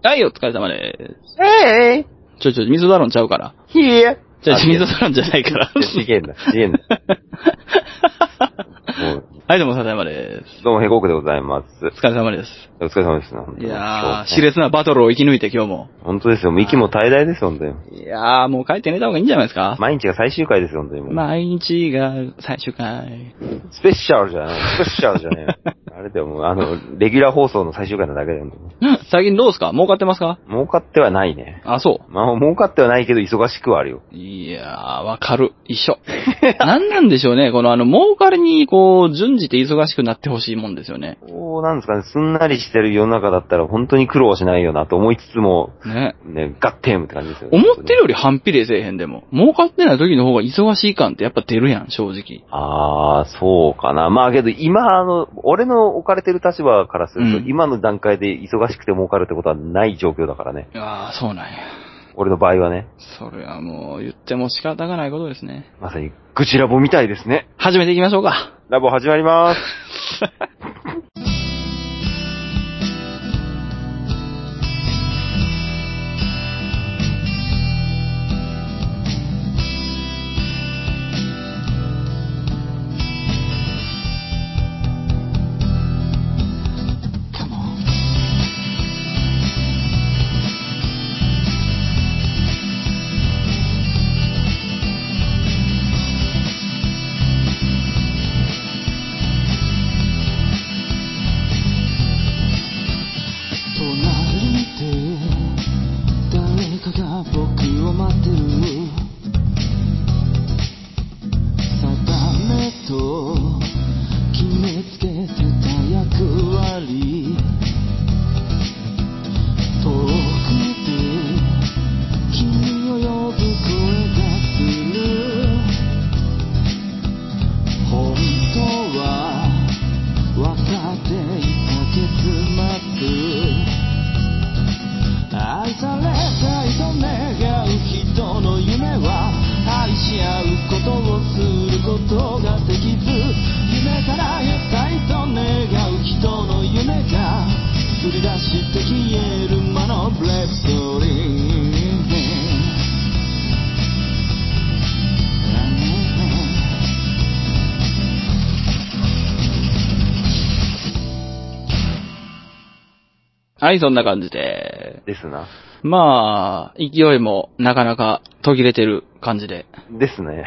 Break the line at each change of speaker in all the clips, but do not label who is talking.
はい、お疲れ様で
ええ
す。ちょいちょい、水ドランちゃうから。
ひえ
じゃあ、
あ
水ドランじゃないから。
いや資 源だ、資源だ。もう
はい、どうも、笹山で
どうも、ヘコークでございます。
す。お疲れ様です。
お疲れ様ですね、本当
い
に。
やー、熾
今日ね
烈なバトルを生き抜いて今日も。
本当ですよ、もう息も大大です、本当に。
いやー、もう帰って寝た方がいいんじゃないですか
毎日が最終回です、本当にもう。
毎日が最終回。
スペシャルじゃない、スペシャルじゃない。 あれだよ、もう、あの、レギュラー放送の最終回なだけだよ。本当に
最近どうですか儲かってますか
儲かってはないね。
あ、そ
まあ、儲かってはないけど、忙しくはあるよ。
う。いやー、わかる。一緒。なんなんでしょうね。このあの、儲かりに、こう、順次て忙しくなってほしいもんですよね。
こう、なんですかね、すんなりしてる世の中だったら、本当に苦労はしないよな、と思いつつも、
ね。
ね、ガッテームって感じですよ、ね。
思ってるより反比例せえへんでも。儲かってない時の方が忙しい感ってやっぱ出るやん、正直。
ああ、そうかな。まあけど、今、あの、俺の置かれてる立場からすると、
うん
今の段階で忙しくて儲かるってことはない状況だからね。
あー、そうなんや。
俺の場合はね。
それはもう、言っても仕方がないことですね。
まさに、愚痴ラボみたいですね。
始めていきましょうか。
ラボ始まります。
隣で誰かが僕を待ってる定めと決めつけてた役割遠くで君を呼ぶ声がする本当は分かっていた結末愛されたいと願う人の夢は愛し合うことをすることができず夢から得たいと願う人の夢が振り出して消える魔のブレストリー
はい、そんな感じで。
ですな。
まあ、勢いもなかなか途切れてる感じで、
ですね。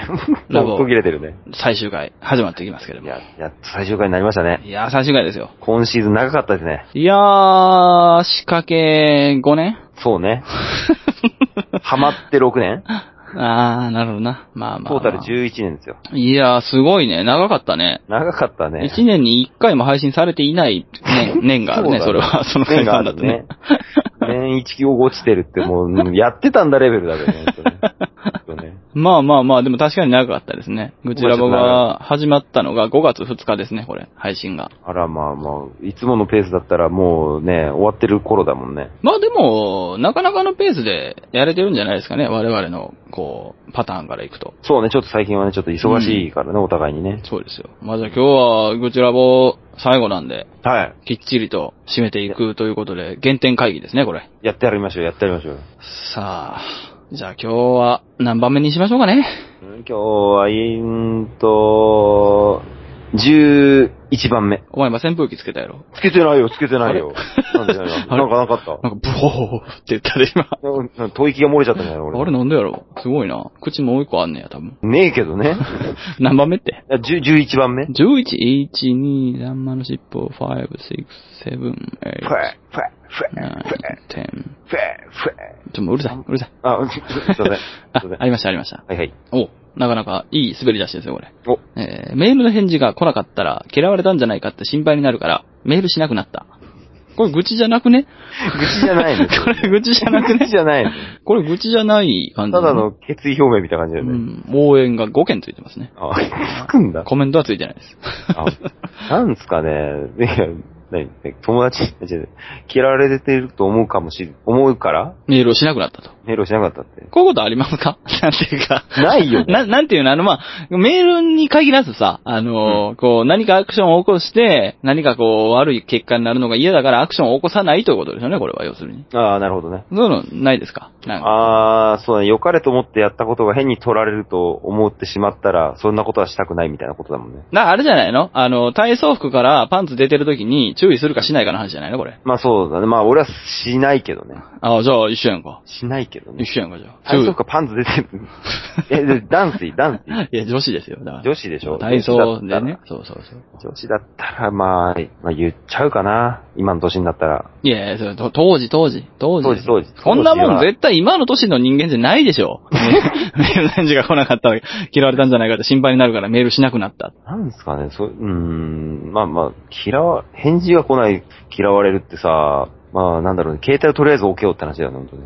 ラボ
もう途切れてるね。
最終回始まっていきますけれど
い
も。
や、やっと最終回になりましたね。
いやー、最終回ですよ。
今シーズン長かったですね。
いやー、仕掛け5年
そうね。ハマって6年
あー、なるほどな。まあまあ、まあ。
トータル11年ですよ。
いやー、すごいね。長かったね。
長かったね。
1年に1回も配信されていない、 ね、年があるね、それは。 その
年
回
があ
算だ
る
とね
ね。。年一期を落ちてるってもう、やってたんだレベルだけどね 本当ね。
まあまあまあ、でも確かに長かったですね。グチラボが始まったのが5月2日ですね、これ。配信が。
あら、まあまあ、いつものペースだったらもうね、終わってる頃だもんね。
まあでも、なかなかのペースでやれてるんじゃないですかね。我々の、こう、パターンからいくと。
そうね、ちょっと最近はね、ちょっと忙しいからね、お互いにね。
そうですよ。まあじゃあ今日は、グチラボ最後なんで、
はい。
きっちりと締めていくということで、原点会議ですね、これ。
やってやりましょう、やってやりましょう。
さあ、じゃあ今日は何番目にしましょうかね。
うん今日は、いんと、11番目。
お前今扇風機つけたやろ。
つけてないよ、つけてないよ。なんでなん
あれ
かなかった。
なんか、ブホーって言ったで今。
なんか吐息が漏れちゃったんじゃない
あれ
俺。
なんでやろすごいな。口もう一個あんねや、多分。
ねえけどね。
何番目って
いや10 11番目
?11、1、2、3マの尻尾、5、6、7、
フェ
8、
ーフェーフェー
9、10。
フェーフェー
ちょ、もううるさい、うるさい。
あ、すいません。すいま
あ
せん、
ありました、ありました。
はいはい。
おなかなかいい滑り出しですよ、これ。
お、
えー、メールの返事が来なかったら、嫌われたんじゃないかって心配になるから、メールしなくなった。これ愚痴じゃなくね
愚痴じゃないの
これ愚痴じゃなく
愚痴
ね
じゃないの
これ愚痴じゃない感じ、
ただ、の決意表明みたいな感じだ
う
よね。
ん、応援が5件ついてますね。
あ、つくんだ。
コメントはついてないです。
あ、なんすかね。いや何友達、違う嫌われてると思うかもし、思うから、
メールをしなくなったと。
メールをしなかったって。
こういうことありますか なんていうか。
ないよ
な、なんていうのあの、まあ、メールに限らずさ、あのーこう、何かアクションを起こして、何かこう、悪い結果になるのが嫌だからアクションを起こさないということですよね、これは、要するに。
ああ、なるほどね。
そういうの、ないですかなんか。
ああ、そうだね。良かれと思ってやったことが変に取られると思ってしまったら、そんなことはしたくないみたいなことだもんね。
だからあれじゃないのあの、体操服からパンツ出てる時に注意するかしないかの話じゃないのこれ。
まあそうだね。まあ俺はしないけどね。
ああ、じゃあ一緒やんか。
しないけどね
一。緒やんか、じゃあ。
体操服かパンツ出 てる。え、でダンスいい、ダンスいい。
いや、女子ですよ。だから
女子でしょ
体操でね。そうそうそう。
女子だったら、まあ、まあ言っちゃうかな。今の年になったら。
いやいやそれ、と当時、当時、当時。
当時当時
こんなもん絶対今の年の人間じゃないでし ょ。メール返事が来なかったら嫌われたんじゃないかって心配になるからメールしなくなった。
なんですかね、そう、うーん、まあまあ、嫌わ、返事が来ない、嫌われるってさ、まあなんだろうね、携帯をとりあえず置けよって話だよね、本当ね。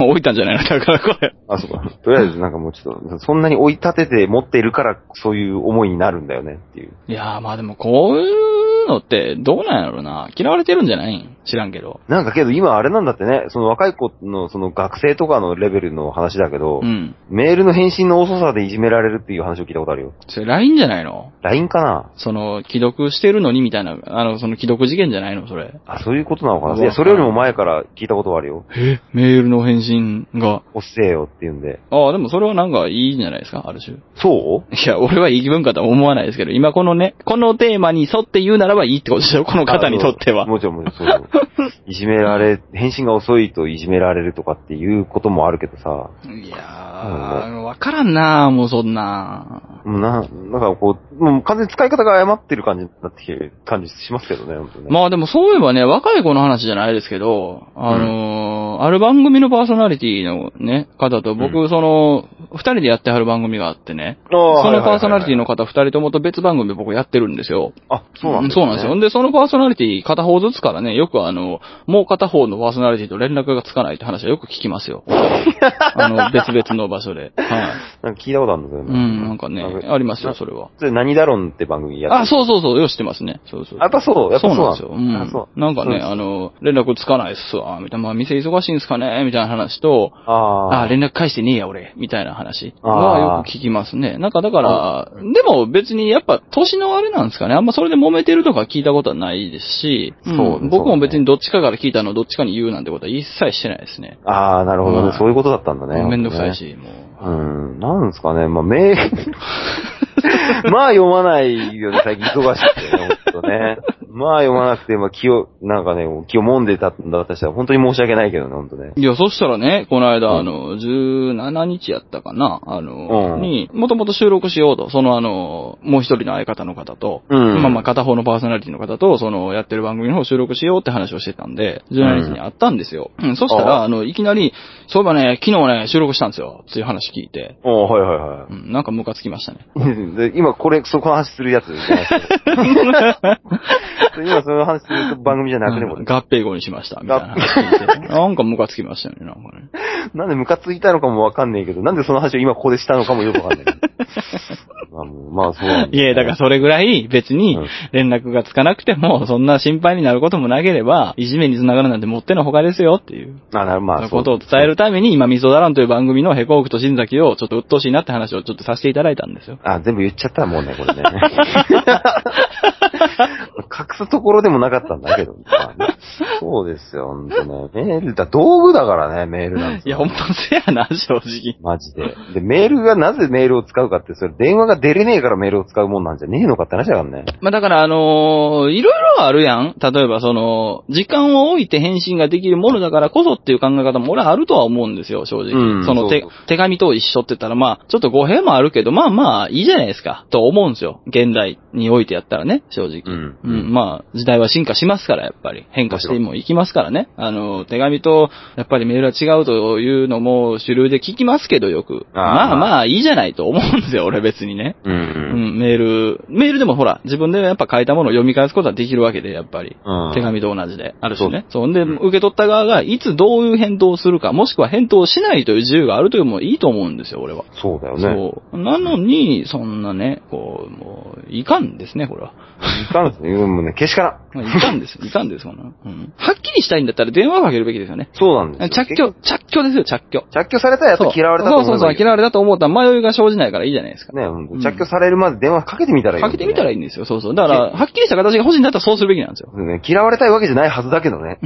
もう置いたんじゃないのだからこれ。
あ、そうか。 とりあえずなんかもうちょっと、そんなに追い立てて持っているから、そういう思いになるんだよねっていう。
いやーまあでもこういうのってどうなんやろうな。嫌われてるんじゃないん知らんけど。
なんかけど今あれなんだってね、その若い子の、その学生とかのレベルの話だけど、
うん。
メールの返信の遅さでいじめられるっていう話を聞いたことあるよ。
それ LINE じゃないの
LINE かな
その、既読してるのにみたいな、あの、その既読事件じゃないのそれ。
あ、そういうことなのか
う
な
わ
いや、それよりも前から聞いたことはあるよ。
えメールの返信が。
おっせえよって言うんで。
ああ、でもそれはなんかいいんじゃないですかある種。
そう
いや、俺はいい文化とは思わないですけど、今このね、このテーマに沿って言うならばいいってことで しょこの方にとっては
あ。もちろん、もちろん、そう。いじめられ、返信が遅いといじめられるとかっていうこともあるけどさ、
いやー、わからんなー、もうそんな
もうな、なんかこう、もう完全に使い方が誤ってる感じになってきてる感じしますけどね、本当ね。
まあでもそういえばね、若い子の話じゃないですけど、あのーある番組のパーソナリティのね、方と僕、
う
その、二人でやってはる番組があってね、
あ
そのパーソナリティ。
はいはいはいは
の
い
方二人ともと別番組僕やってるんですよ。
あ、そうなん
う
で
ん
す
そうなんですよ。ん
ね。
で、そのパーソナリティ片方ずつからね、よくあの、もう片方のパーソナリティと連絡がつかないって話はよく聞き ますよ。あの、別々の場所で。はい。
なんか聞いたことあるんですよ
う
ね。
ん、なんかね、ありますよ、そ
れ。
れは。
それ何だろんって番組やって
あ、そうそうそう、よ、知ってますね。そうそう。
やっぱそう、やっぱ
そうなん
そうな
ですよ。
んだあそう
うん。なんかね、あの、連絡つかないっすわ、みたいな。まあ、店忙しいんすかね、みたいな話と、あ
あ
あ、
ー
連絡返してねえや、俺、みたいな話
あ
は
ー
よく聞きますね。なんかだから、でも別にやっぱ年のあれなんですかね。あんまそれで揉めてるとか聞いたことはないですし、
そ
う
う
ん
そう
僕も別にどっちかから聞いたのをどっちかに言うなんてことは一切してないですね。
あー、なるほど
は
ね。
い
そういうことだったんだね。
めんどくさい
本当ね
し、もう。
うん、なんですかね、まあ、メール、 まあ読まないよね、最近忙しくてね、ほんとね。まあ読まなくて、まあ気を、なんかね、気を揉んでたんだとしたら、本当に申し訳ないけどね、ほんとね。
いや、そしたらね、この間、
うん
あの、17日やったかな、あの、
うん
に、もともと収録しようと、そのあの、もう一人の相方の方と、
うん
まあまあ片方のパーソナリティの方と、その、やってる番組の方収録しようって話をしてたんで、17日に会ったんですよ。うん、そしたら、
あ
あの、いきなり、そういえばね、昨日ね、収録したんですよ、っていう話聞いて、
おーはいは
うん、なんかムカつきましたね。
いはい。で今これ、そこの話するやつじゃない ですか今その話する番組じゃなくね、
う
こ
ん
れ。
合併後にしました、みたいな話聞いて。 なんかムカつきましたね、なんかね。
なんでムカついたのかもわかんないけど、なんでその話を今ここでしたのかもよくわかんないけど。まあもう、まあそうなん
いや、だからそれぐらい別に
うん
連絡がつかなくても、そんな心配になることもなければ、いじめに繋がるなんてもってのほかですよっていう。
ら、あ、なるまあそう。
ことを伝えるために、今、みそだらんという番組のヘコークと新崎をちょっと鬱陶しいなって話をちょっとさせていただいたんですよ。
あ、全部言っちゃったらもうね、こ れね。隠すところでもなかったんだけど。まあねそうですよ、ほんとね。メールだ、道具だからね、メールなんて。
いや、ほんませやな、 正直。
マジで。で、メールがなぜメールを使うかって、それ電話が出れねえからメールを使うもんなんじゃねえのかって話だからね。
まあ、だから、あのーいろいろあるやん。例えば、その、時間を置いて返信ができるものだからこそっていう考え方も俺はあるとは思うんですよ、正直。
うん
その手
そう
手紙と一緒って言ったら、まあ、ちょっと語弊もあるけど、まあまあ、いいじゃないですか、と思うんですよ。現代においてやったらね、正直。
うん
うん、まあ、時代は進化しますから、やっぱり。変化してもいきますからね。あの、手紙と、やっぱりメールは違うというのも主流で聞きますけど、よく。
あー
まあまあ、いいじゃないと思うんですよ、俺別にね。
う。
うんん、メール、メールでもほら、自分でやっぱ書いたものを読み返すことはできるわけで、やっぱり。
うん
手紙と同じで、あるしね。そう。んで、
うん
受け取った側が、いつどういう返答をするか、もしくは返答をしないという自由があるというのもいいと思うんですよ、俺は。
そうだよね。
そう。なのに、そんなね、こう、もう、いかんですね、これは。
いかんですね。うんもうね、けしからん。
まあいかん です。いかんです、こんなの。うん。はっきりしたいんだったら電話をかけるべきですよね。
そうなんですよ。
着去、着去ですよ、着去。
着去されたらやっぱ嫌われたと
そう
思
そうそうそう、嫌
わ
われたと思ったら迷いが生じないからいいじゃないですか。
ね、ほんと
うん
着去されるまで電話かけてみたらいい、
かけてみたらい
い。
いんですよ、そうそう。だから、はっきりした形が欲しいんだったら そうするべきなんですよ。
そうね嫌われたいわけじゃないはずだけどね。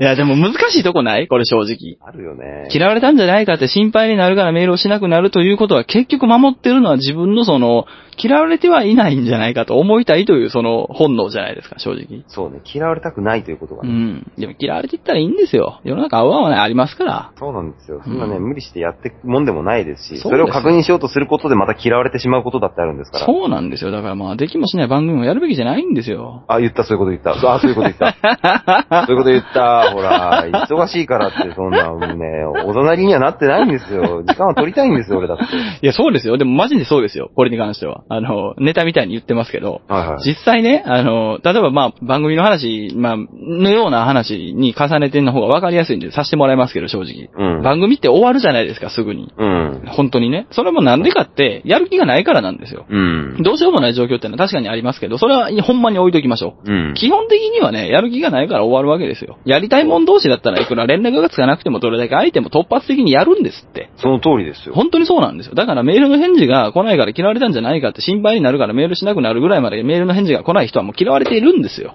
いや、でも難しいとこないこれ正直。
あるよね。
嫌われたんじゃないかって心配になるからメールをしなくなるということは結局守ってるのは自分のその、嫌われてはいないんじゃないかと思いたいというその本能じゃないですか、正直。
そうね、嫌われたくないということが
う
ね。
ん。でも嫌われていったらいいんですよ。世の中合う合わないありますから。
そうなんですよ。そんな
う
ね、
ん
無理してやっていくもんでもないですし、
そ
そう
ですよ
れを確認しようとすることでまた嫌われてしまうことだってあるんですから。
そうなんですよ。だからまあ、できもしない番組をやるべきじゃないんですよ。
あ、言った、そういうこと言った。あ、そういうこと言った。 そういうこと言った。ほら、忙しいからって、そんな、もうね、おざなりにはなってないんですよ。時間は取りたいんですよ、俺だって。
いや、そうですよ。でもマジでそうですよ。これに関しては。あの、ネタみたいに言ってますけど。
はいはい。
実際ね、あの、例えばまあ、番組の話、まあ、のような話に重ねてんの方が分かりやすいんで、させてもらいますけど、正直。
うん。
番組って終わるじゃないですか、すぐに。
うん。
本当にね。それもなんでかって、やる気がないからなんですよ。
うん。
どうしようもない状況ってのは確かにありますけど、それはほんまに置いときましょう。
うん。
基本的にはね、やる気がないから終わるわけですよ。やりたいもん同士だったらいくら連絡がつかなくてもどれだけ相手も突発的にやるんですって。
その通りですよ。
本当にそうなんですよ。だからメールの返事が来ないから嫌われたんじゃないかって心配になるからメールしなくなるぐらいまでメールの返事が来ない人はもう嫌われているんですよ。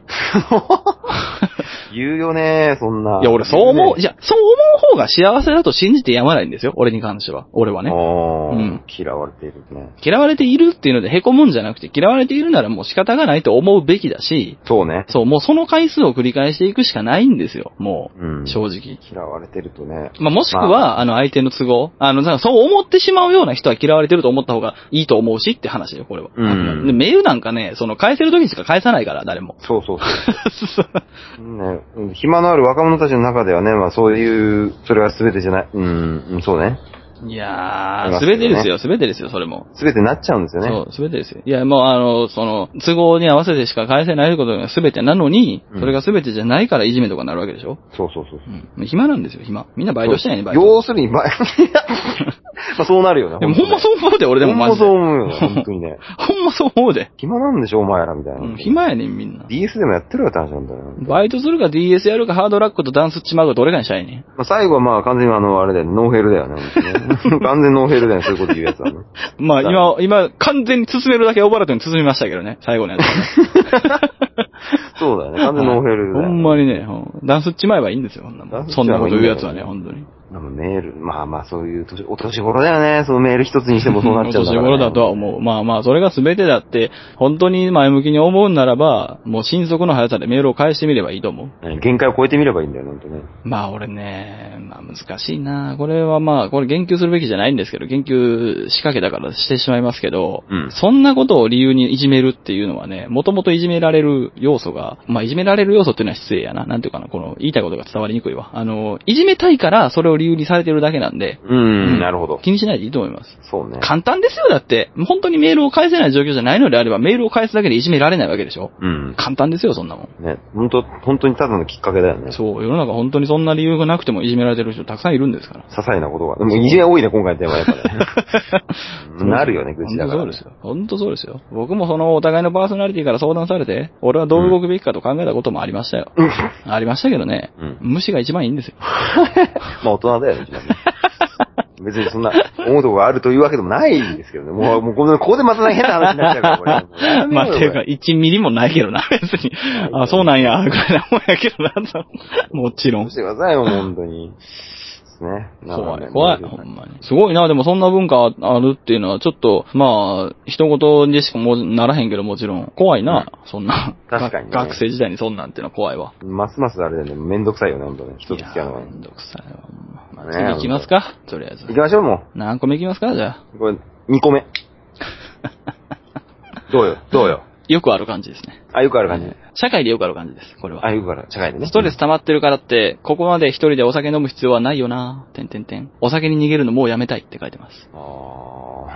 言うよね、そんな。
いや、俺そう思う。い
ゃ
や、そう思う方が幸せだと信じてやまないんですよ。俺に関しては。俺はね。
おー、
うん
嫌われているね。
嫌われているっていうので凹むんじゃなくて、嫌われているならもう仕方がないと思うべきだし、
そうね。
そう、もうその回数を繰り返していくしかないんですよ。も
うん
う、。正直。
嫌われてるとね。
まあ、もしく
ま
は、あの、相手の都合。あの、だからそう思ってしまうような人は嫌われてると思った方がいいと思うしって話よ、これは。
うん
でメールなんかね、その、返せる時しか返さないから、誰 も。
そうそうそう。ね、暇のある若者たちの中ではね、まあそういう、それは全てじゃない。うん、うんそうね。
いや
い
ー、
ますす
べ
よね
てですよ、すべてですよ、それも。
全てになっちゃうんですよね。
そう、すべてですよ。いや、もう、あの、その、都合に合わせてしか返せないことがすべてなのに、
うん
それがすべてじゃないからいじめとかなるわけでしょ
そうそうそうそう。
うん。暇なんですよ、暇。みんなバイトしてないね、バイト。
要するに、 まあ、まあそうなるよね。
でも、ほんま
う
そう思うで、俺でもマジで。
ほ
ほ
んまそう思うよ。 本当にね。
んまそう思うで。
暇なんでしょ、お前らみたいな。
うん、暇やねん、みんな。
DS でもやってるよって話なんだよね。
バイトするか DS やるかハードラックとダンスちまうかどれかにしたいねん。
まあ、最後はまあ完全にあの、あれだよね、ノーヘルだよね。本当に ね完全にノーヘルだよね、そういうこと言うやつはね。
まあ
だ
今、今、完全に進めるだけオブラートに進みましたけど ね、最後のやつはね。
そうだよね、完全にノーヘル だ
ほ
よ、ね。
んまにね、うんダンスっちまえばいいんですよ、そんなも
ダン
ん。
スっ
そ
ち
んな
ま
こ
えばい
と
いん
言うや
だよ
つはね、本当に。
でもメール、まあまあそういう年、お年頃だよね。そのメール一つにしてもそうなっちゃうんだ
年
から、ね。
頃だとは思う。まあまあ、それが全てだって、本当に前向きに思うんならば、もう新速の速さでメールを返してみればいいと思う。
ね限界を超えてみればいいんだよね、ほんとね。
まあ俺ね、まあ難しいなこれはまあ、これ言及するべきじゃないんですけど、言及仕掛けだからしてしまいますけど、
うん
そんなことを理由にいじめるっていうのはね、もともといじめられる要素が、まあいじめられる要素っていうのは失礼やな。なんていうかな、この言いたいことが伝わりにくいわ。あの、いじめたいからそれを理由にされてるだけなんで、
う
うん
ん、なるほど。
気にしないでいいと思います。
そうね。
簡単ですよ、だって。本当にメールを返せない状況じゃないのであれば、メールを返すだけでいじめられないわけでしょ
うん。
簡単ですよ、そんなもん。
ね、ほんと、本当にただのきっかけだよね。
そう、世の中本当にそんな理由がなくてもいじめられてる人たくさんいるんですから。
些細なことが。でも、いじめ多いね、今回のテーマ やっぱね。なるよね、愚痴だから、
本当そうですよ。本当そうですよ。僕もそのお互いのパーソナリティから相談されて、俺はどう動くべきかと考えたこともありましたよ。
うん
ありましたけどね、
うん
無視が一番いいんですよ。
まあ大人だよね、ちなみに別にそんな、思うとこがあるというわけでもないんですけどね。もう、もうこのここでまた変な話になっちゃうから、こ れ。もうやめようよ
まあ、っていうか、、1ミリもないけど な、別に。あ、そうなんや、ぐらいなもんやけどな、ともちろ
ど
ん
うし。てくださいよ、本当に。ですね。
怖い、怖、
ないんかね
ほんまに。すごいな、でもそんな文化あるっていうのは、ちょっと、まあ、人事にしかもうならへんけど、もちろん。怖いな、そんな。
確かにね
が学生時代にそんなんっていうのは怖いわ。
ますますあれだよね、めんどくさいよね、ほんとね。一つ
いや
付き合うのが
めんどくさいわ、ほんま。まあ
ね
次行きますか、とりあえず
行。きましょう、も
何個目いきますかじゃあ。
う。これ、2個目。どうよ、どうよ。
よくある感じですね。
あ、よくある感じ。
社会でよくある感じです、これは。
あ、よくある。社会でね。
ストレス溜まってるからって、ここまで一人でお酒飲む必要はないよなてんてんてん。お酒に逃げるのもうやめたいって書いてます。
あ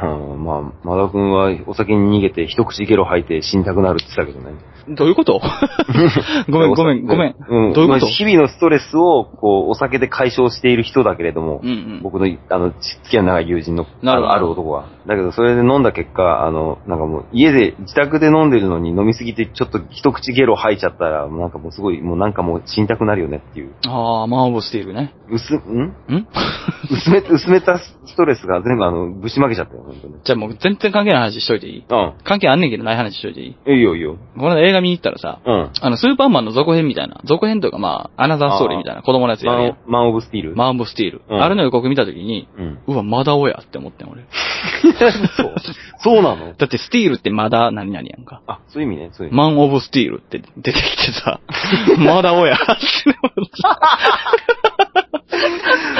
あ、うん まあ、まだくんはお酒に逃げて一口ゲロ吐いて死にたくなるって言ってたけどね。
どういうこと ごめん、ごめん、ごめん。
うん、
どういうこと
まあ日々のストレスを、こう、お酒で解消している人だけれども、
うんうん
僕の、あの、付き合いの長い友人の、
な
あ
るほど
のある男は。だけど、それで飲んだ結果、あの、なんかもう、家で、自宅で飲んでるのに飲みすぎて、ちょっと一口ゲロ吐いちゃったら、もうなんかもうすごい、もうなんかもう死にたくなるよねっていう。
ああ、マンオブスティールね。
薄、ん
ん
薄め、薄めたストレスが全部あの、ぶちまけちゃったよ、本当に。
じゃあもう全然関係ない話しといていい関係あんねんけどない話しといていい
うん。いいよ、いいよ。
この間映画見に行ったらさ、
うん。
あの、スーパーマンの続編みたいな、続編というかまあ、アナザーストーリーみたいな子供のやつや
マ
るや
ン
ん、
マンオブスティール。
マンオブスティール。
うん
あれの予告見たときに、
うん。
うわ、マダオやって思ってん俺。
そう。そうなの
だってスティールってマダ何々やんか。
あ、そういう意味ね、そういう意味。
マン・オブ・スティールって出てきて さ、まだおやって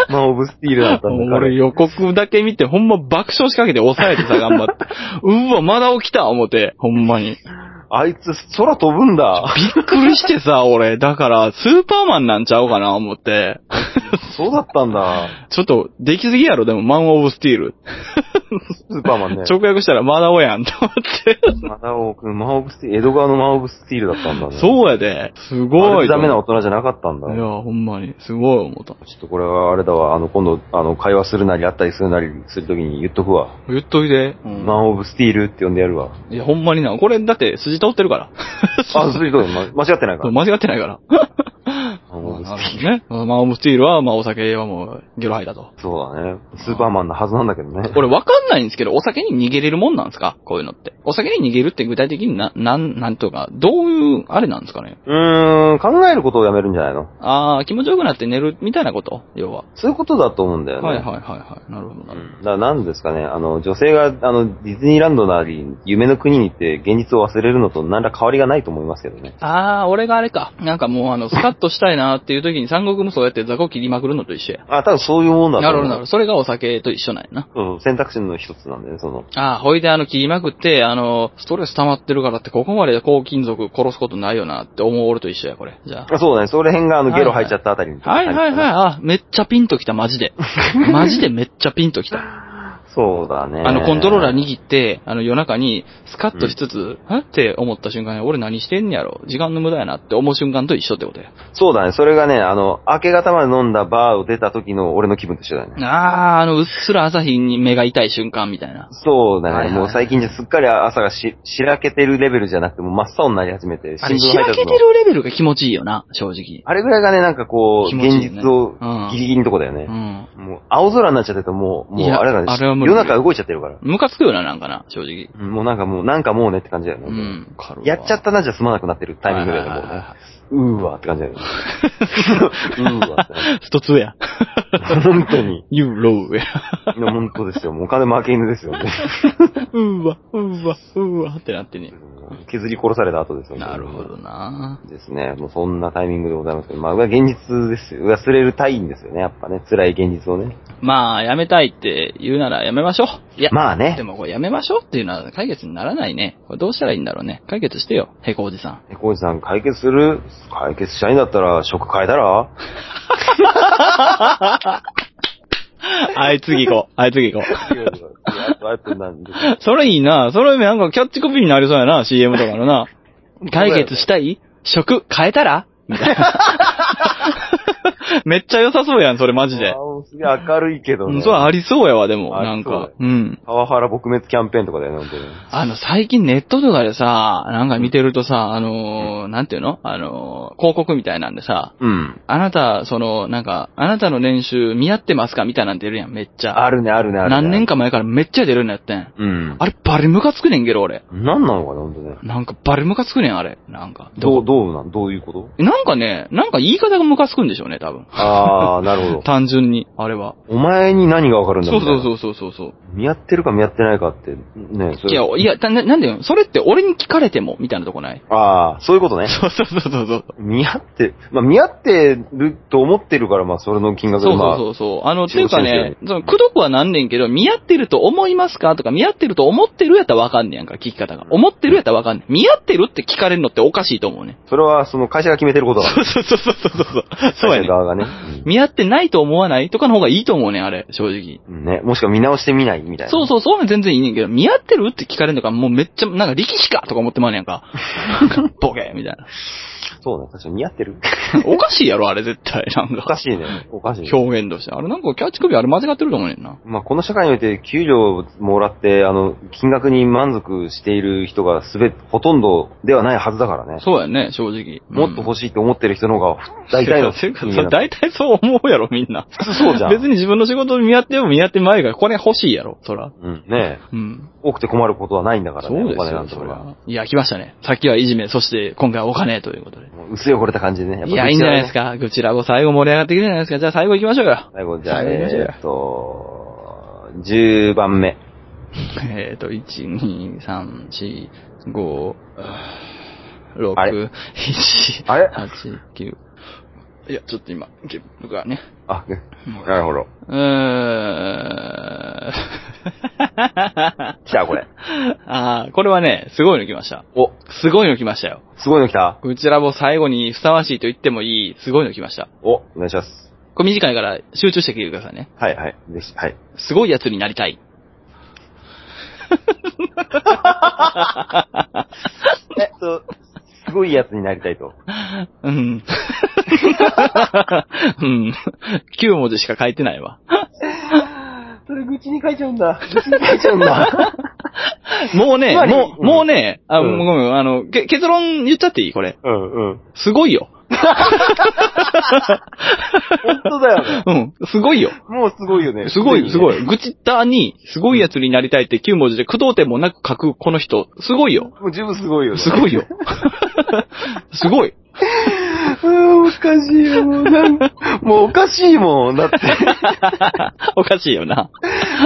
マンオブスティールだった
思
ん
っ
だ
て。
から。
俺予告だけ見て、ほんま爆笑しかけて抑えてさ、頑張って。うわ、まだ起きた思って、ほんまに。
あいつ、空飛ぶんだ。
びっくりしてさ、俺。だから、スーパーマンなんちゃうかな、思って。
そうだったんだ。
ちょっと、できすぎやろ、でも、マン・オブ・スティール。
スーパーマンね。
直訳したら、まだおやん、と思って。
マダオ君、マンオブスティール、江戸川のマンオブスティールだったんだね。う、
そうやで。すごい。
ダメな大人じゃなかったんだ。
いや、
ちょ
ほんまに。すごい思った。
っとこれはあれだわ、あの、今度、あの、会話するなり、あったりするなりするときに言っとくわ。
言っといて。うん
マンオブスティールって呼んでやるわ。
いや、ほんまにな。これ、だって、筋通ってるから。
あ、そういうことま間違ってないか
そう
ら。
間違ってないから。
マンオブスティ
な
ー
る
ル。
ほどね。まあ、オムスティールは、まあ、お酒はもう、ゲロ吐いたと。
そうだね。スーパーマンのはずなんだけどね。
これわかんないんですけど、お酒に逃げれるもんなんですかこういうのって。お酒に逃げるって具体的にな、なん、なんとか、どういう、あれなんですかね。
うーん、考えることをやめるんじゃないの
あー、気持ちよくなって寝るみたいなこと要は。
そういうことだと思うんだよね。
はいはいはいはい。なるほどなる
だからなんですかね、あの、女性が、あの、ディズニーランドなり、夢の国に行って現実を忘れるのと何ら変わりがないと思いますけどね。
ほど。あー、俺があれか。なんかもうあの、スカッとしたいなーっていう時に三国無双やって雑魚切りまくるのと一緒や。
あ、多分そういうもんだと
なるほ
思う。
どなるほど。それがお酒と一緒なんやな。
そうそう選択肢の一つなんでね、その。
ああ、ほいであの、切りまくって、あの、ストレス溜まってるからって、ここまで高金属殺すことないよなって思う俺と一緒や、これ。じゃあ。
あそうだね、それ辺があの、
はいは
ゲ
い
ロ吐いちゃったあたりに。
はいはいはい、あ、めっちゃピンときた、マジ で。マジでめっちゃピンときた。
そうだね。
あの、コントローラー握って、あの、夜中に、スカッとしつつ、えって思った瞬間に、俺何してんねやろ時間の無駄やなって思う瞬間と一緒ってことや。
そうだね、それがね、あの、明け方まで飲んだバーを出た時の俺の気分と一緒だね。
ああ、あの、うっすら朝日に目が痛い瞬間みたいな。
そうだね、
はいはい
もう最近じゃすっかり朝がし、しらけてるレベルじゃなくて、もう真っ青になり始めて、
あれ、
新
し
聞配
ら
達
け
の
てるレベルが気持ちいいよな、正直。
あれぐらいがね、なんかこ
気
う、
持ちいい
現
よね
実を
うん
ギリギリのとこだよね。
うん。
もう、青空になっちゃってるともう、もう
いや
あれだね。
あれは無理
夜中動いちゃってるから。
ムカつくよな、なんかな、正直。
うんもうなんかもう、なんかもうねって感じだよね。
うん。わかるわ
やっちゃったなじゃ済まなくなってるタイミングだよね、
はいは
もう
いはい
ね
は。
うーわって感じだよね。うーわって感
一つや。
じ。本当に。
You low や。
いや本当ですよ。もうお金負け犬ですよね。
うわ、うわ、うわってなってね。
削り殺された後ですよ。
なるほど。な
ですね。もうそんなタイミングでございますけど、まあ、現実ですよ。忘れるたいんですよね、やっぱね。辛い現実をね。
まあ、やめたいって言うならやめましょう。いや、
まあね
で。もこれやめましょうっていうのは解決にならないね。これどうしたらいいんだろうね。解決してよ、へこおじ さん。
え、コウジさん、解決する解決したいんだったら、食変えたら
はい、次行こう。はい、次行こう。
あとあとな んで
それいいなそれなんかキャッチコピーになりそうやな、CM とかの な。解決したい食変えたらみたいな。 めっちゃ良さそうやん、それマジで。
あすげえ明るいけど
う
ね。
ん、それありそうやわ、でも、
あり
なん
そう
か
や。
うん。
パワハラ撲滅キャンペーンとかだよね、本当に。
あの、最近ネットとかでさ、なんか見てるとさ、あのーなんていうのあのー広告みたいなんでさ、
うん。
あなた、その、なんか、あなたの練習見合ってますかみたいなん出るやん、めっちゃ。
あるね、あるね、あるね。
何年か前からめっちゃ出るんやってん。
うん。
あれ、バリムカつくねんけど、俺。
何なのかな、本当ね。
なんか、バリムカつくねん、あれ。なんか。
どう、どうなん、どういうこと
なんかね、なんか言い方がムカつくんでしょうね、多分。
ああ、な るほど。
単純に、あれは。
お前に何がわかるんだ
そうそう
う。
そうそうそうそう。
見合ってるか見合ってないかって、ね、そ
いや、いや、たななんでよ、それって俺に聞かれても、みたいなとこない
ああ、そういうことね。
そうそうそうそうそう。
見合って、まあ見合ってると思ってるから、まあそれの金額で、
そう
まあ、
そうそう。あの、って
中
いうか
央先
ね、その、くどくはなんねんけど、見合ってると思いますかとか、見合ってると思ってるやったらわかんねやんか、聞き方が。思ってるやったらわかんねん。見合ってるって聞かれるのっておかしいと思うね。
それはその会社が決めてることだから。
そうそうそう そうそう。そうや
会
ね
社
ん。
側がね。
見合ってないと思わないとかの方がいいと思うねん、あれ、正直。
うんね、もしくは見直してみないみたいな。
そうそう、そういうの全然いいねんけど、見合ってるって聞かれるのか、もうめっちゃ、なんか力士かとか思ってまうねやん か。ボケーみたいな。
そうね、確かに似合ってる。
おかしいやろ、あれ絶対。なん
おか
か、
しいね。おかしい。
表現として。あれなんかキャッチコピーあれ間違ってると思うねんな。
まあ、この社会において給料をもらって、あの、金額に満足している人がすべ、ほとんどではないはずだからね。
そうやね、正直。
もっと
しい
欲しいと思ってる人の方が、大体の
ていうか
人間だ。
大体そう思うやろ、みんな。
そうじゃん。
別に自分の仕事見合っても見合ってまいが、これ欲しいやろ、そら。
うん、ねえ。
うん。
多くて困ることはないんだから
そ
ね、
うで
お
す
金なん
よ、
て
そ
これは。
ら。いや、来ましたね。さっきはいじめ、そして今回はお金ということで。
もう薄い汚れた感じでね。やっぱ
いや、いいんじゃないです
か。
か。ぐちらご最後盛り上がってくるじゃないですか。じゃあ最後行きましょうよ。
最後、じゃあ、
最後行きましょうよ
えーっと、10番目。
えーと、1、2、3、4、5、
あ
6
れ、
7、
あれ
8、9。いや、ちょっと今、ゲップがね。
あ、なるほど。
うーん。
来 た、これ。
ああ、これはね、すごいの来ました。
お、
すごいの来ましたよ。
すごいの来た。
こちらも最後にふさわしいと言ってもいい、すごいの来ました。
お、お願いします。
これ短いから集中して聞いてくださいね。
はい、はい。ぜひ、はい。
すごいやつになりたい。
えっと、すごいやつになりたいと。
うん。うん。9文字しか書いてないわ。
それ愚痴に書いちゃうんだ。愚痴に書いちゃうんだ。
もうね、
つまり
もう、
うん
もうね、あ、
うん
ごめん、あの、け結論言っちゃっていいこれ。
うんうん。
すごいよ。
本当だよね。
うん。すごいよ。
もうすごいよね。
すごい、すご
も
い。愚痴ったに、すごいやつになりたいって9文字で苦動点もなく書くこの人、すごいよ。
う十分すごいよね。
すごいよ。 すごい。
うんおかしいよ。もうなんもうおかしいもん。だって。
おかしいよな。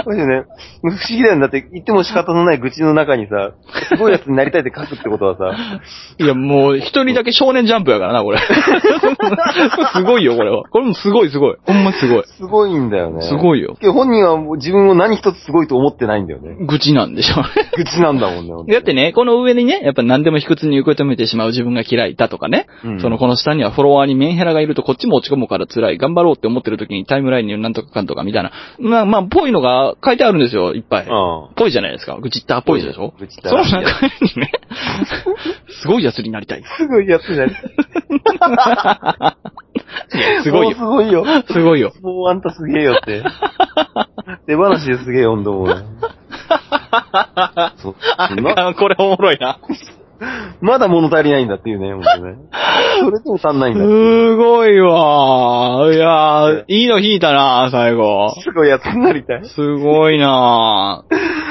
おかしいよね。不思議だよね。だって言っても仕方のない愚痴の中にさ、すごいやつになりたいって書くってことはさ、
いや、もう、一人だけ少年ジャンプやからな、 これ。すごいよ、これは。これもすごい、すごい。ほんますごい。
すごいんだよね。
すご
い。
いよ。
本人はもう自分を何一つすごいと思ってないんだよね。
愚痴なんでしょうね。
愚痴なんだもんねほんとに。
だってね、この上にね、やっぱ何でも卑屈に受け止めてしまう自分が嫌いだとかね、
うん
そのこの下にはフォロワーにメンヘラがいるとこっちも落ち込むから辛い、頑張ろうって思ってる時にタイムラインになんとかかんとかみたいな、まあまあ、ぽいのが書いてあるんですよ、いっぱい。
う
ぽいじゃないですか。愚痴ったっぽいでしょ
愚痴った
その中にね、 すごいやつになりたい。
ん。すごいやつになりたい。
い や、すごい
もうす
よ。
ごいよ。
すごいよ。
もうあんたすげえよって。手放しですげえよ、ん ども。そうま
これおもろいな。
まだ物足りないんだっていうね、本当ね。それでも足んないんだっていう。
すごいわー。いやー、いいの引いたなー、最後。
すごいやつになりたい。
すごいなー。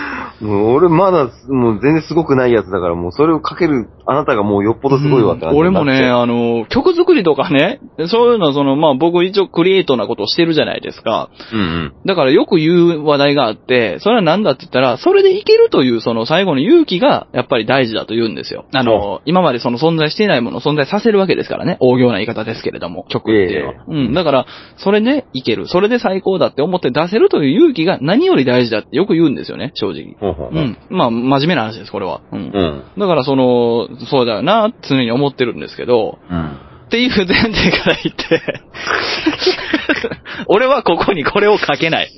もう俺まだ、もう全然すごくないやつだから、もうそれをかける、あなたがもうよっぽどすごいわっ
う
て感
ん
じ
俺
にな
も
っち
ね、
ゃう。
あの、曲作りとかね、そういうのはその、まあ僕一応クリエイトなことをしてるじゃないですか。
うん
だからよく言う話題があって、それは何だって言ったら、それでいけるというその最後の勇気がやっぱり大事だと言うんですよ。あの、今までその存在していないものを存在させるわけですからね。大行な言い方ですけれども、曲っていうのは。
え
うん。だから、それでいける。それで最高だって思って出せるという勇気が何より大事だってよく言うんですよね、正直。
うん。ほうほう
う。ん。まあ、真面目な話です、これは。うん。
うん。
だからその、そうだよな、常に思ってるんですけど、
うん。
っていう前提から言 って、俺はここにこれを書けない。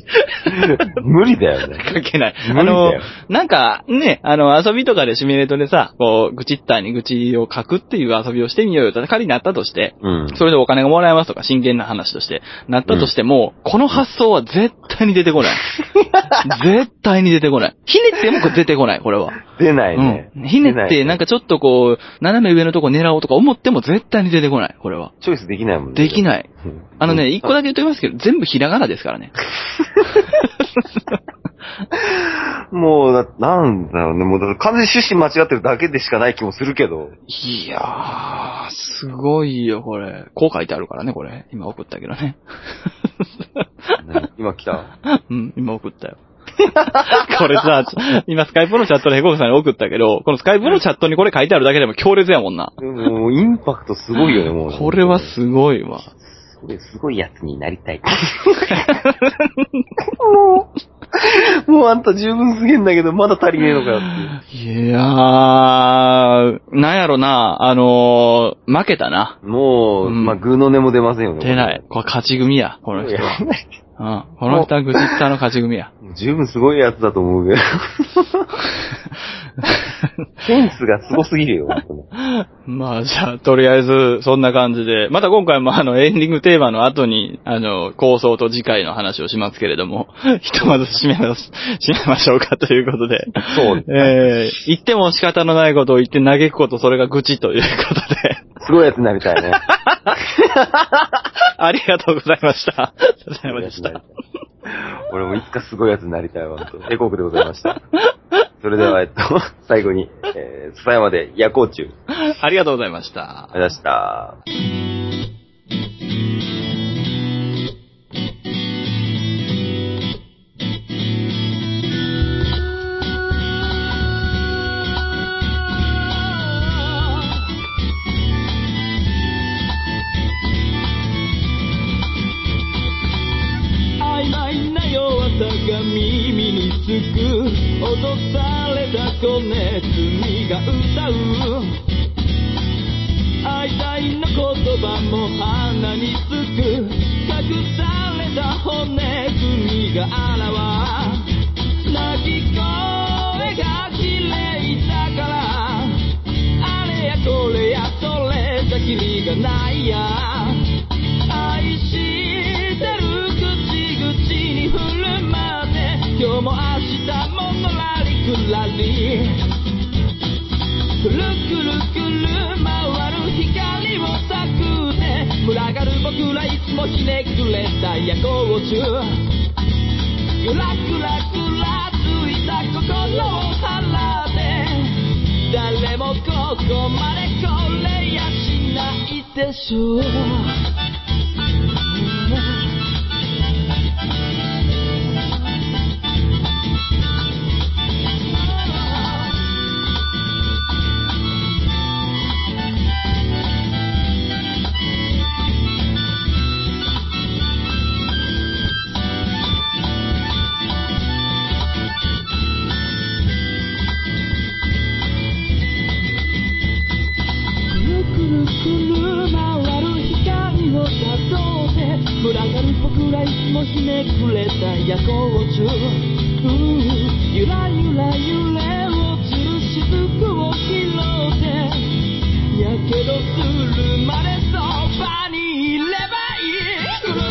無理だよね。
書けない。
無
あ
理だ
の
よ、
なんかね、あの、遊びとかでシミュレートでさ、こう、愚痴ったに愚痴を書くっていう遊びをしてみようよと仮になったとして、
うん。
それでお金がもらえますとか真剣な話として、なったとしても、この発想は絶対に出てこ ない。絶対に出てこない。ひねっても出てこない、これは。
出ないね
うん。。ひねって、なん
か。
かちょっとこう、斜め上のとこ狙おうとか思っても絶対に出てこない、これは。
チョイスできないもんね。
できない。
うん。
あのね、一個だけ言っときますけど、全部ひらがなですからね。
もう、だなんだろうね。もう、だから完全に趣旨間違ってるだけでしかない気もする けど。
いやー、すごいよ、これ。こう書いてあるからね、これ。今送ったけどね。
今来た。
うん、今送ったよ。 これさ、ちょ今スカイプのチャットでヘコブさんに送ったけど、このスカイプのチャットにこれ書いてあるだけでも強烈やもんな。
もう、インパクトすごいよね、もう。
これはすごいわ。
これすごいやつになり たい。 もう、もうあんた十分すげえんだけど、まだ足りねえのかよっ
いやー、なんやろな、あのー、負けたな。
ていう。もう、
うん
まあ、グーの音も出ませんよね。
出ない。これ勝ち組や、こ
こ
の
の
人
人
は。
は。
うん。この人はグチッターの勝ち組 や。
もう十分すごいやつだと思うけど。センスがすごすぎるよ、本当に
まあじゃあ、とりあえず、そんな感じで、また今回もあの、エンディングテーマの後に、あの、構想と次回の話をしますけれども、 ひとまず締めます、締めましょうかということで。
そうですね
えー、言っても仕方のないことを言って嘆くこと、それが愚痴ということで、
すごいやつになりたいね。
ありがとうございました。お疲れ様でした。
俺もいつかすごいやつになりたいわ、本当に。エコークでございました。それでは、えっと、 最後に、えー、笹山で夜行中、
ありがとうございました
あ。りがとうございました。
曖昧な弱さが耳につく脅された子ネズミが歌う愛戴の言葉も鼻につく隠された骨組みが現わ泣き声が綺麗だからあれやこれやそれじゃキリがないや愛してる口々に振る舞って今日も明日ものらりくらりくるくるくる回る光をたくね群がる僕らいつもひねくれた夜行中ぐらぐらぐらついた心を払って誰もここまでこれやしないでしょうくるくるくる回る光を誘って群がる僕らいつもひねくれた夜行中うんゆらゆら揺れ落ちる雫を拾ってやけどするまでそばにいればいいくるくるくる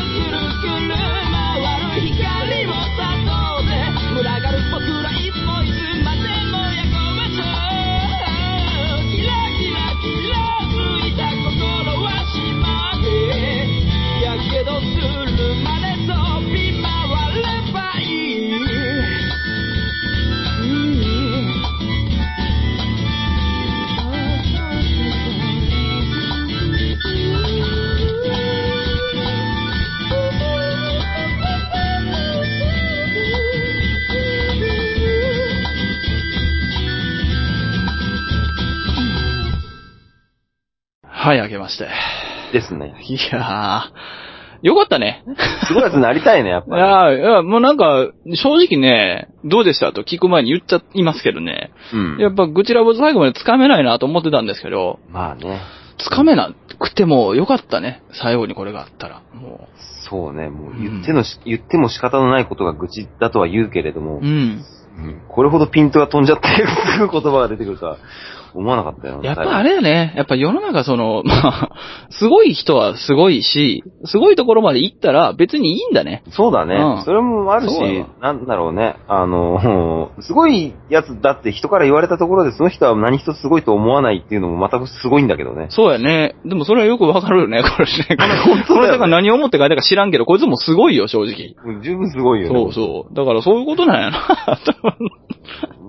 回る光を誘って群がる僕らいつもいつまでも夜行中キラキラキラついた心はしまってやけどするまで飛び回ればいいうん
はい、あけまして。
ですね。
いやー、よかったね。
すごいやつになりたいね、や
い
っぱり。
やーいや、もうなんか、正直ね、どうでしたと聞く前に言っちゃいますけどね。
うん。
やっぱ、グチラボ最後までつかめないなと思ってたんですけど、
まあね。
つかめなくてもよかったね。最後にこれがあったら。も
そうね、もう言ってのし、言っても仕方のないことが愚痴だとは言うけれども、
う。うん。
うんこれほどピントが飛んじゃって、すぐ言葉が出てくるとは思わなかったよ。
やっぱあれやね、やっぱ世の中その、 まあ、すごい人はすごいし、すごいところまで行ったら別にいいんだね。
そうだね。
うん
それもあるし
そうやわ、
なんだろうね。あの、 すごいやつだって人から言われたところで、その人は何一つすごいと思わないっていうのもまたすごいんだけどね。
そうやね。でもそれはよくわかるよね、 これね。
本
こ
当だよね
れだから何を思って書いたか知らんけど、こいつもすごいよ、正直。
うん十分すごいよね。
そうそう。だからそういうことなんやな。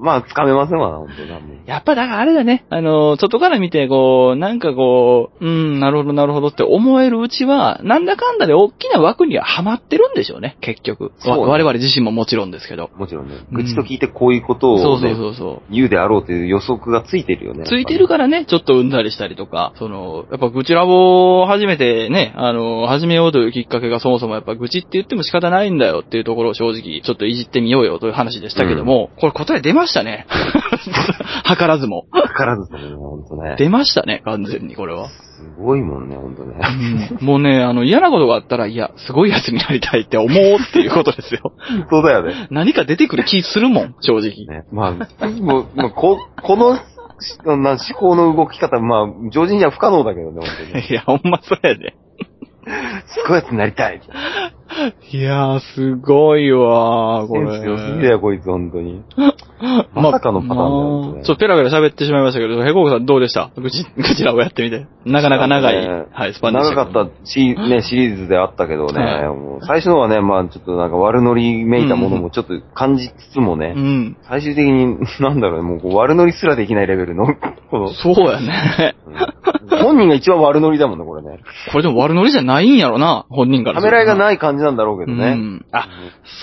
まあ、つかめませんわな、本当に。
やっぱだからあれだね。あの、外から見て、こう、なんかこう、うん、なるほど、なるほどって思えるうちは、なんだかんだで大きな枠にはハマってるんでしょうね、結局。
そうね
わ我々自身ももちろんですけど。
もちろんね。
うん
愚痴と聞いてこういうことを、ね
そうそうそうそ
言うであろうという予測がついてるよね。
う。ついてるからね、ちょっとうんざりしたりとか、その、やっぱ愚痴ラボを始めてね、あの、始めようというきっかけがそもそもやっぱ愚痴って言っても仕方ないんだよっていうところを正直ちょっといじってみようよという話でしたけども、これ答え出ましたね。 図らずも。
やっぱり。かからずだね、ほんとね。
出ましたね、完全にこれは。
すごいもんね、ほんとね。
もうね、あの、嫌なことがあったら、いや、すごいやつになりたいって思うっていうことです よ。
本当だよね。
何か出てくる気するもん、正直。
ねまあ、もう、まあ、こ、この、しな思考の動き方、まあ、常人には不可能だけどね、本当に。
いや、ほんまそうやで。
すごいやつになりたい。
いやー、すごいわー、こ
セン
れ
ス。良すぎだよ、こいつ、本当に。まさかのパターンだよ
まあ
これ
ちょっとペラペラ喋ってしまいましたけど、ヘコークさんどうでしたぐ ち、ぐちらをやってみて。なかなか長い、
ね
はい、スパンでしたけど
長かったし、ね、シリーズであったけどね、
はい
もう最初のはね、まあちょっとなんか悪ノリめいたものもちょっと感じつつもね、
うん。
最終的に、なんだろうね、もうこう悪ノリすらできないレベルの、この、
そうやね。
うん本人が一番悪ノリだもんね、これね。
これでも悪ノリじゃないんやろな、本人から
た
す
め
ると。
らいが
い
ない感じなんだろうけど
う
ね。
ん。あ、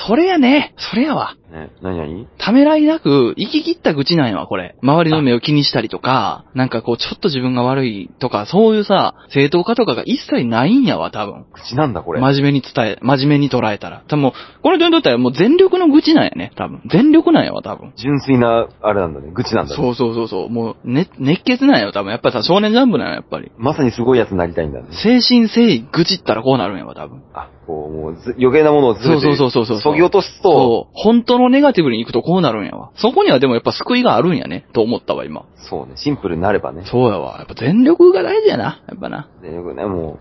それやね。それやわ。
ね、何々
ためらいなく、行き切った愚痴なんやわ、これ。周りの目を気にしたりとか、なんかこう、ちょっと自分が悪いとか、そういうさ、正当化とかが一切ないんやわ、多分。
口なんだ、これ。
真面目に伝え、真面目に捉えたら。多分もう、この人にとってはもう全力の愚痴なんやね、多分。全力なんやわ、多分。
純粋な、あれなんだね、愚痴なんだね。
そうそうそうそう。もう、ね、熱血なんやよ、多分。やっぱさ、少年ジャンプなんや、やっぱり。
まさにすごいやつになりたいんだね。
精神誠意愚痴ったらこうなるんやわ、多分。
あ、こう、もうず、余計なものをずれて、
そうそうそうそうそう
削ぎ落とすと、
そう。本当のネガティブに行くとこうなるんやわ。そこにはでもやっぱ救いがあるんやね、と思ったわ、今。
そうね、シンプルになればね。
そうやわ。やっぱ全力が大事やな、やっぱな。
全力ね、も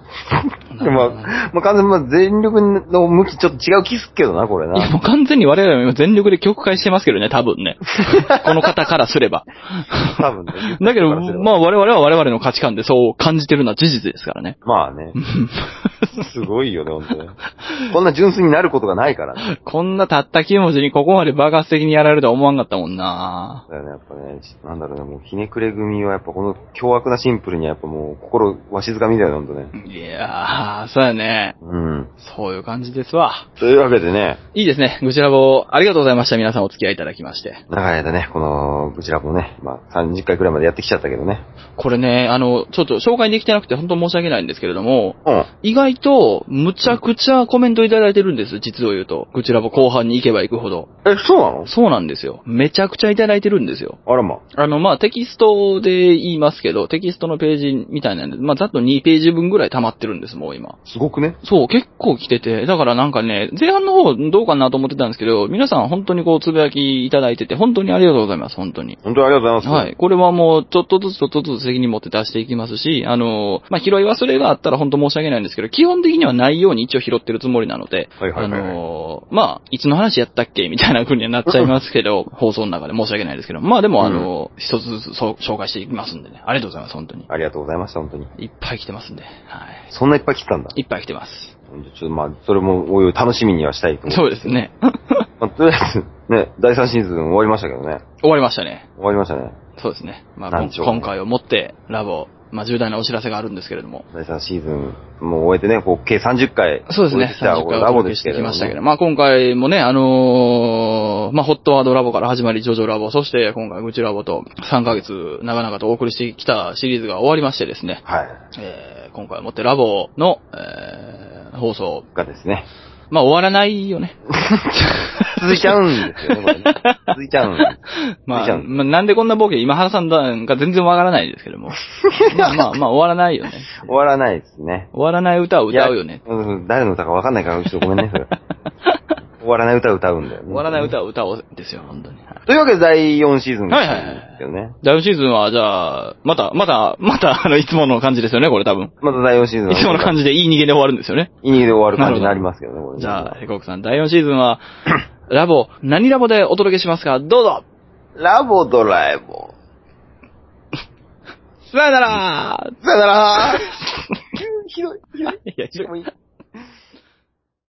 う。でも、まあ、完全にまあ全力の向きちょっと違う気すっけどな、これ
いや、
な。
もう完全に我々は今全力で曲解してますけどね、多分 ね。この方からすれば。
多分ね。
だけど、
言ってるからすれば
まあ我々は我々の価値観でそう感じてるのは事実ですからね。
まあね。すごいよね、本当ね。こんな純粋になることがないからね。
こんなたった9文字にここまで爆発的にやられるとは思わんかったもんな
だよね、やっぱね、なんだろうね、もうひねくれ組はやっぱこの凶悪なシンプルにはやっぱもう心わしづかみだよね、ほんとね。
いやー、そうやね。
うん。
そういう感じですわ。
というわけでね、
いいですね。グチラボありがとうございました。皆さんお付き合いいただきまして。
長い間ね、この、こちらもね、まあ30回くらいまでやってきちゃったけどね。
これね、あの、ちょっと紹介できてなくて本当申し訳ないんですけれども、
うん。
意外と、むちゃくちゃコメントいただいてるんです、実を言うと。グチラボ後半に行けば行くほど。
え、そうなの
そうなんですよ。めちゃくちゃいただいてるんですよ。
あらま。
あの、まあ、テキストで言いますけど、テキストのページみたいなんで、まあ、ざっと2ページ分ぐらい溜まってるんです、もう今。
すごくね。
そう、結構来てて、だからなんかね、前半の方どうかなと思ってたんですけど、皆さん本当にこう、つぶやきいただいてて、本当にありがとうございます、本当に。
本当にありがとうございます。
はい。。これはもう、ちょっとずつちょっとずつ責任持って出していきますし、あの、まあ、拾い忘れがあったら本当申し訳ないんですけど、基本的にはないように一応拾ってるつもりなので、
はいはいはいはい
あの、まあ、いつの話やったっけみたいな風にはなっちゃいますけ ど、放送の中で申し訳ないですけど、まあでもあの、一つずつそう紹介していきますんでね、ありがとうございます、本当に。
ありがとうございました、本当に。
いっぱい来てますんで、はい。
そんないっぱい来たんだ。
いっぱい来てます。
ちょっとまあ、それも、おいおい楽しみにはしたいと思
そうですね。
まあ、とりあえず、ね、第3シーズン終わりましたけどね。
終わりましたね。
終わりましたね。
そうですね。まあ、
な
こ
ん
ん
でしょう
今回をもって、ラボ、まあ、重大なお知らせがあるんですけれども。
第3シーズン、もう終えてね、こう、計30回。
そうですね。
終えてきた
30
これ
回
ラ
お
ボ
届
で
け
す
し
け
て
れ
き
ども。
ましたけど、まあ今回もね、あのーまあホットワードラボから始まり、ジョジョラボ、そして今回グチラボと3ヶ月長々とお送りしてきたシリーズが終わりましてですね、
はい。
えー、今回をもってラボの、えー、放送、
がですね。
まあ終わらないよね。
続いちゃうんですよね、これね。続いちゃうんです。
ま
いいじゃ
あ、
ん
まあ、なんでこんなボケ今原さんだんか全然わからないですけど も。まあまあ、まあ終わらないよね。
終わらないですね。
終わらない歌を歌うよね。
いや。うん誰の歌かわかんないから、ちょっとごめんね、それ。終終わらない歌を歌うんだよね。
終わらない歌を歌おうですよ、本当に。はい
というわけで第4シーズン
はいはいはい
ですよね。
第4シーズンは、じゃあ、また、また、また、 あの、いつもの感じですよね、これ多分。
また第4シーズン
いつもの感
じ。
じでいい逃げで終わるんですよね。
イニで終わる感じになりますけどね、これね
じゃあ、ヘコークさん、第4シーズン は、ラボ、何ラボでお届けしますかどうぞ
ラボドラえも
さよなら
ん。さよならひどい、ひどい。
いやひどい
もういい